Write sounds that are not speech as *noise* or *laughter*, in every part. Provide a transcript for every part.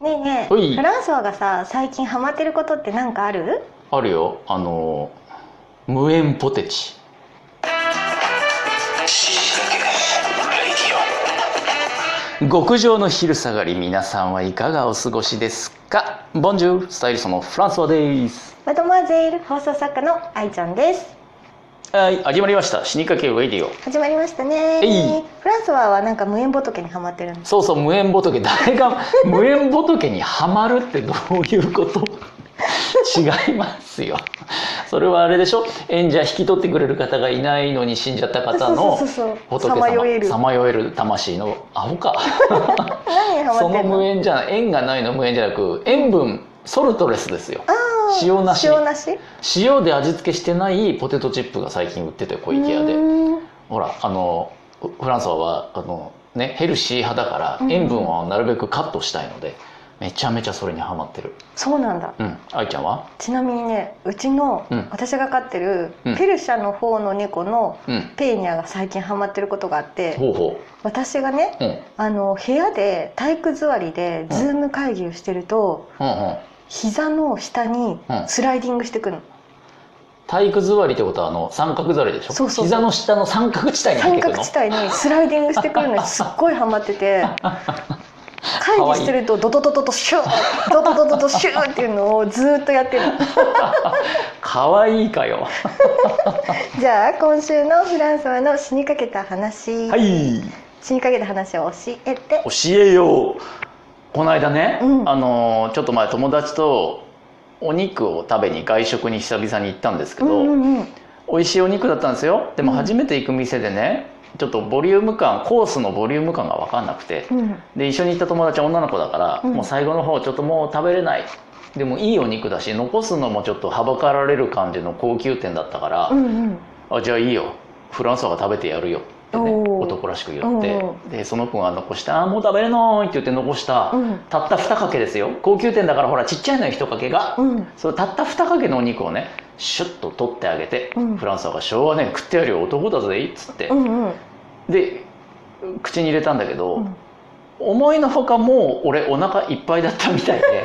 ねえねほえ、いフランソワがさ、最近ハマってることってなんかあるあるよあの無塩ポテチ極上の昼下がり皆さんはいかがお過ごしですかボンジュールスタイリストのフランソワですマドマゼール放送作家の愛ちゃんです。はい始まりました死にかけウェディオ始まりましたねえい。フランソワはなんか無縁仏にハマってるんです。そうそう無縁仏誰が *laughs* 無縁仏にはまるってどういうこと違いますよそれはあれでしょ演者引き取ってくれる方がいないのに死んじゃった方のそうそうそうそう。仏さ様まよえる。さ何まよえる魂のア *laughs* ホかにハマそってのる無の？縁じゃない縁がないの無縁じゃなく塩分ソルトレスですよあー塩なし塩なし？塩で味付けしてないポテトチップが最近売ってて小池屋うでーんほらあのフフランソワはあの、ね、ヘルシー派だかうらん塩分はなるべくカットしたいのでめちゃめちゃそれにハマってるそうなんだ。うん愛ちゃんはちなみにね、うちのうん私が飼ってるうんペルシャの方の猫のうんペーニャが最近ハマってることがあって、ほうほ私がね。ううんうんあの部屋で体育座りでうんズーム会議をしてると、うん膝の下にうんスライディングしてくるの、体育座りってことはあの三角座りでしょそうそう膝の下の三角地帯に入っ三てくる角の地帯にスライディングしてくるのにすっごいハマってて会議してるとドドドドドシュードドドドドシューっていうのをずーっとやってるのかわいいかよじゃあ今週のフランスワの死にかけた話、はい死にかけた話を教えて教えようこの間ね、うんあのーちょっと前友達とお肉を食べに外食に久々に行ったんですけうど、んうんうん美味しいお肉だったんですよでもうん初めて行く店でねちょっとボリューム感コースのボリューム感が分かんなくてうんで一緒に行った友達は女の子だから、うんもう最後の方ちょっともう食べれないでもいいお肉だし残すのもちょっとはばかられる感じの高級店だったから、うんうんあじゃあいいよフランスは食べてやるよってねおー男らしく言っておでその子が残した「あーもう食べれない」って言って残した、うんたった2かけですよ高級店だからほらちっちゃいのよ1かけが、うんそのたった2かけのお肉をねシュッと取ってあげて、うんフランスはが「しょうがねえ食ってやるよ男だぜ」っつって、うんうんで口に入れたんだけど、うん思いのほかもう俺お腹いっぱいだったみたいで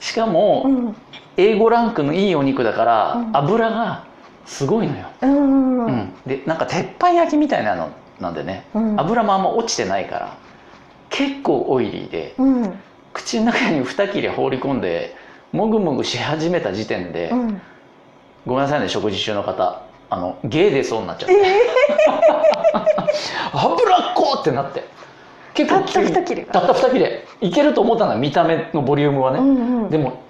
しかも、うん A5 ランクのいいお肉だから、うん油がすごいのようんううんん、でなんか鉄板焼きみたいなのなんでねうん油もあんま落ちてないから結構オイリーでうんうん口の中に2切れ放り込んでもぐもぐし始めた時点で、うんごめんなさいね食事中の方あの芸出そうになっちゃって、油っこってなって結た構った急に二切れたがった2切れいけると思ったの見た目のボリュームはうね、んうんでも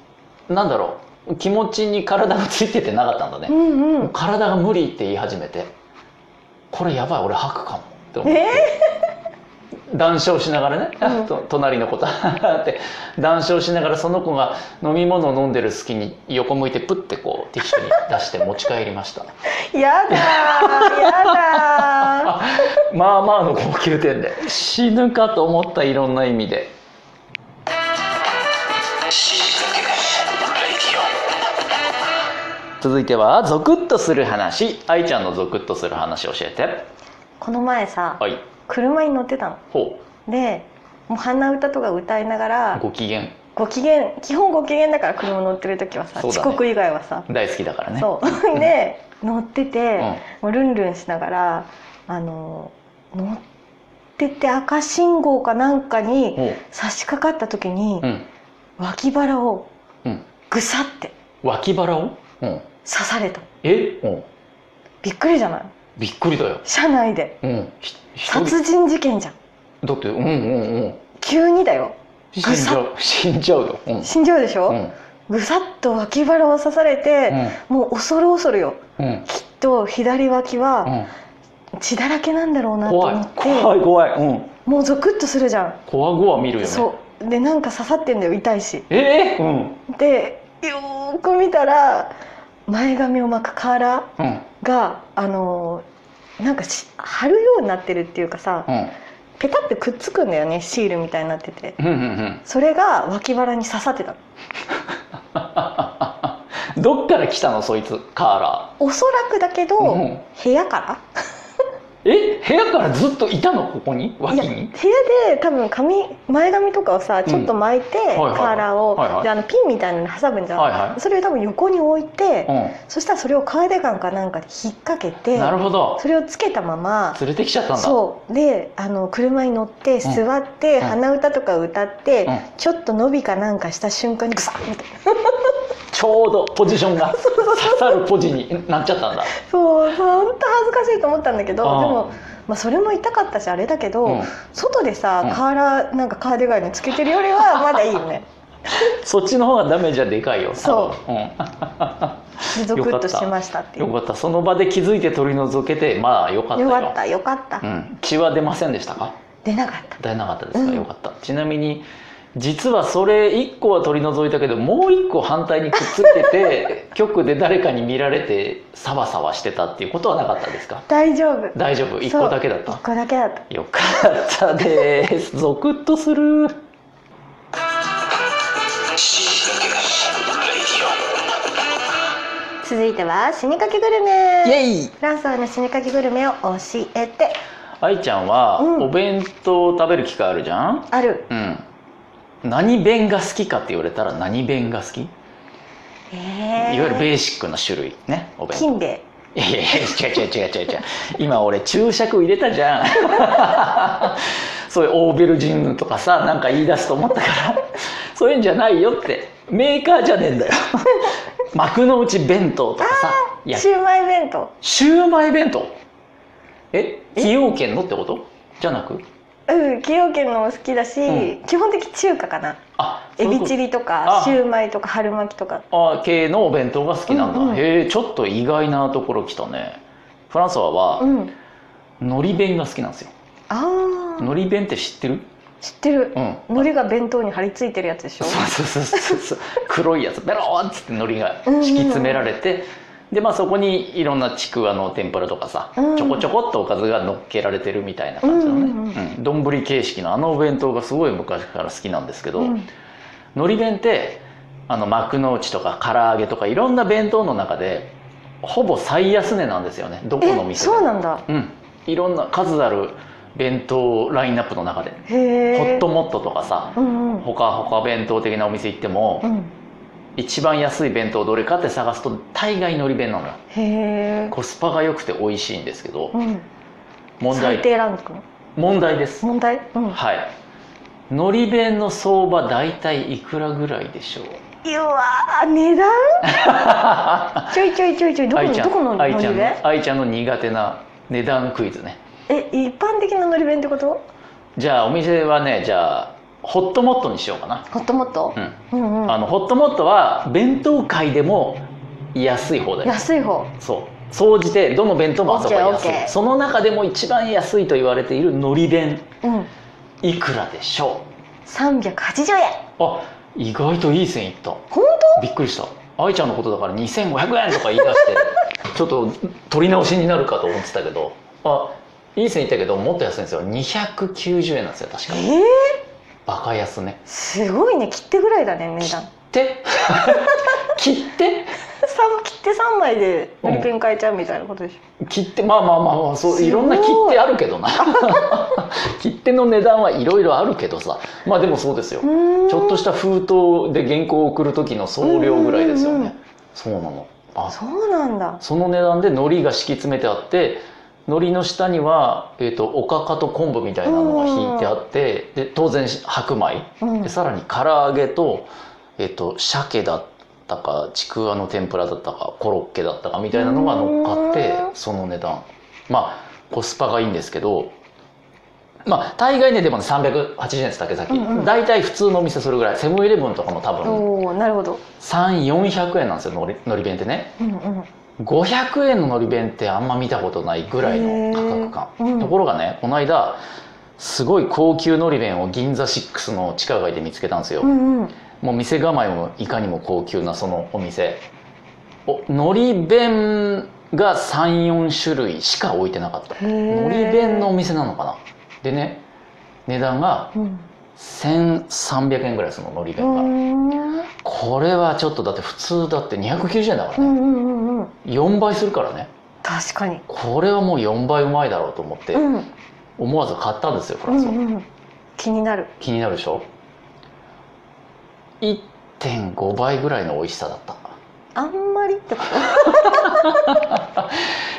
なんだろう気持ちに体がついててなかったんだね、うんうもうん体が無理って言い始めてこれやばい俺吐くかもって思って、談笑しながらね、うんと隣の子とって談笑しながらその子が飲み物を飲んでる隙に横向いてプッてこうティッシュに出して持ち帰りました *laughs* やだーやだあまあまあの高級店で死ぬかと思ったいろんな意味で続いてはゾクッとする話愛ちゃんのゾクッとする話教えてーこの前さはい車に乗ってたのほでもう鼻歌とか歌いながうらご機嫌ご機嫌基本ご機嫌だから車乗ってる時はさ、そうだ遅ね刻以外はさ、大好きだからねそうで乗ってて、うもんうルンルンしながらあの乗ってて赤信号かなんかにほ差し掛かった時に、ううん脇腹をうんぐさって脇腹をうん刺されたえうんびっくりじゃないびっくりだよ車内でうんひ一人殺人事件じゃんだってうんうんうん急にだよ死んぐじゃさう死んじゃうようんうん死んじゃうでしうょ、んぐさっと脇腹を刺されて、もう恐る恐るようんきっと左脇うはん血だらけなんだろうなと怖思いって、怖い怖いうんもうゾクッとするじゃ怖ごわ見ん、るよねそうでなんか刺さってんだよ痛いしえーうんでよーく見たら前髪を巻くカーラーうんがあのーなんかし貼るようになってるっていうかさうんペタってくっつくんだよねシールみたいになっててうんうんそれが脇腹に刺さってたのうんどっから来たのそいつカーラおそらくだけど、ーうん部屋からええ部屋からずっといたのここに脇いや部屋にで多分髪前髪とかをさちょっと巻いて、いはいはいカーラーを、はいはいであのピンみたいなの挟むんじゃん、はいはそれを多分横に置いて、い、そしたらそれを楓感かなんかで引っ掛けうてん、なるほどそれをつけたまま連れてきちゃったんだそうであの車に乗ってうん座って、うん鼻歌とか歌って、うんちょっと伸びかなんかした瞬間にグサッみたいなちょうどポジションが刺さるポジになっちゃったんだそう本当恥ずかしいと思ったんだけどあーでも、まあ、それも痛かったしあれだけど、うん外でさ、うんカーラーなんかカーディガンにつけてるよりはまだいいよねそっちの方がダメージはでかいよそう多分うでゾクッとしましたっていん、うよかったその場で気づいて取り除けてまあよかったよよかったよかった、うん、血は出ませんでしたか出なかった出なかったですか、うんよかったちなみに実はそれ1個は取り除いたけどもう1個反対にくっついて *laughs* て局で誰かに見られてサワサワしてたっていうことはなかったですか大丈夫大丈夫1個だけだっ1た個だけだったよかったですゾクッとする続いては死にかけグルメイエイフランスはの死にかけグルメを教えて愛ちゃんはうんお弁当を食べる機会あるじゃんあるうん何弁が好きかって言われたら何弁が好き、えいわゆるーベーシックな種類ねお弁当金兵衛いやいや違う違う違う違う違う今俺注釈入れたじゃん *laughs* そういうオーベルジーヌとかさなんか言い出すと思ったからそういうんじゃないよってメーカーじゃねえんだよ *laughs* 幕の内弁当とかさいやシウマイ弁当シューマイ弁当え崎陽軒のってことじゃなくうん崎陽軒のも好きだし、う基本的中華かなあエビチリリとかあシウマイとか春巻きとかあ系のお弁当が好きなんだ、うんうんへえちょっと意外なところ来たねフランソワうはん海苔弁が好きなんですよあー海苔弁って知ってる知ってるうん海苔が弁当に張り付いてるやつでしょそうそうそうそ *laughs* うそう黒いやつベローンっつって海苔がうんうんうん敷き詰められてでまあそこにいろんなちくわの天ぷらとかさうんちょこちょこっとおかずが乗っけられてるみたいな感じのうんうんうねうん丼、形式のあのお弁当がすごい昔から好きなんですけど、うん海苔弁ってあの幕の内とか唐揚げとかいろんな弁当の中でほぼ最安値なんですよねどこのえ店でそうなんだうん、いろんな数ある弁当ラインナップの中で、へえホットモットとかさうんうんほかほか弁当的なお店行っても、うん一番安い弁当どれかって探すと大概海苔弁なのよへえコスパが良くて美味しいんですけどうん問最題低ランク問題です問題うんはい海苔弁の相場大体いくらぐらいでしょううわー値段 *laughs* 愛ちょいちょいちょいちょいどこのちゃどこのん海愛苔ちゃん弁の愛ちゃんの苦手な値段クイズねえ一般的な海苔弁ってことじゃあお店はねじゃあホットモットにしようかなホットモットうんうんうんあのホットモットは弁当界でも安い方だよ安い方そう総じてどの弁当もあそこは安オッケーオッケーいその中でも一番安いと言われているのり弁うんいくらでしょ380円うあ意外といい線いった本びっくりした愛ちゃんのことだから2500円とか言い出して *laughs* ちょっと取り直しになるかと思ってたけどあいい線いったけどもっと安いんですよ290円なんですよ確当かええバカ安ねすごいね切手ぐらいだね値 *laughs* 段って切って三切手3枚でブリペン買えちゃうみたいなことでしょ、切手まあまあまあまあそすごういいろんな切手あるけどな *laughs* 切手の値段はいろいろあるけどさまあでもそうですようーんちょっとした封筒で原稿を送る時の送料ぐらいですようんうんうんねそうなのあそうなんだその値段で海苔が敷き詰めてあって海苔の下には、えー、とおかかと昆布みたいなのが引いてあってで当然白米うんでさらに唐揚げと,、えー、と鮭だったかちくわの天ぷらだったかコロッケだったかみたいなのが乗っかっうてんその値段まあコスパがいいんですけどまあ大概ねでもね380円です竹崎、うんうん大体普通のお店それぐらいセブンイレブンとかも多分おおなるほど3400円なんですよのりのり弁ってね。うんうん500円ののり弁ってあんま見たことないぐらいの価格感、へーうんところがねこの間すごい高級のり弁を銀座6の地下街で見つけたんですよ、うんうんもう店構えもいかにも高級なそのお店おのり弁が34種類しか置いてなかったののり弁のお店なのかなでね値段がうん1300円ぐらいそののりうー弁が、んこれはちょっとだって普通だって290円だからうね、んうんうんうん4倍するからね確かに。これはもう4倍うまいだろうと思ってうん。思わず買ったんですよフうランスを、んうん。気になる。気になるでしょ1.5倍ぐらいの美味しさだったあんまりってこ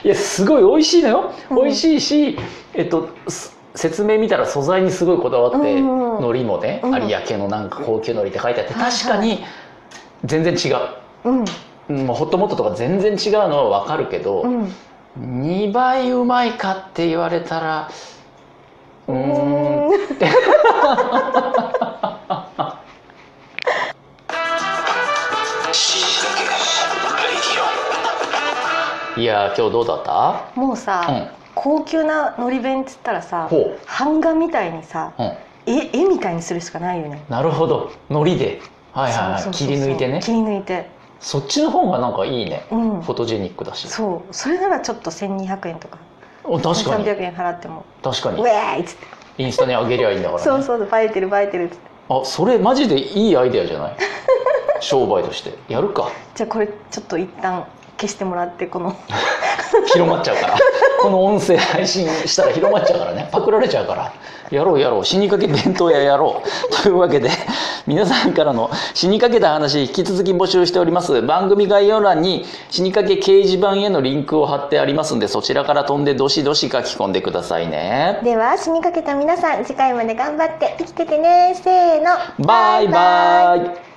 いやすごい美味しいのようん美味しいし、えっとす説明見たら素材にすごいこだわって、うんうん海苔もね、うん有明のなんか高級海苔って書いてあってはいはい確かに全然違う、と。うん。うんまあホットモットとか全然違うのは分かるけど、うん。 2倍うまいかって言われたらうーんうーんいやー今日どうだったもううさ、ん高級なのり弁っつったらさ、ほ版画みたいにさ、う、うん、絵絵みたいにするしかないよね。なるほど海苔ではいはいはそういそう切そうそうり抜いてね切り抜いて。そっちの方がなんかいいねうんフォ。トジェニックだしそう。それならちょっと1200円とか、お確かに300円払っても、確かウにェーイっつって。インスタにあげりゃいいんだから、ね、そうそうそう、映えてる映えてるっつって。あそれマジでいいアイデア *laughs* じゃない商売としてやるかじゃあこれちょっと一旦消してもらって、この。広まっちゃうからこの音声配信したら広まっちゃうからねパクられちゃうからやろうやろう死にかけ弁当屋やろうというわけで皆さんからの死にかけた話引き続き募集しております番組概要欄に死にかけ掲示板へのリンクを貼ってありますんでそちらから飛んでどしどし書き込んでくださいね *laughs* では死にかけた皆さん次回まで頑張って生きててねせーのバイバイ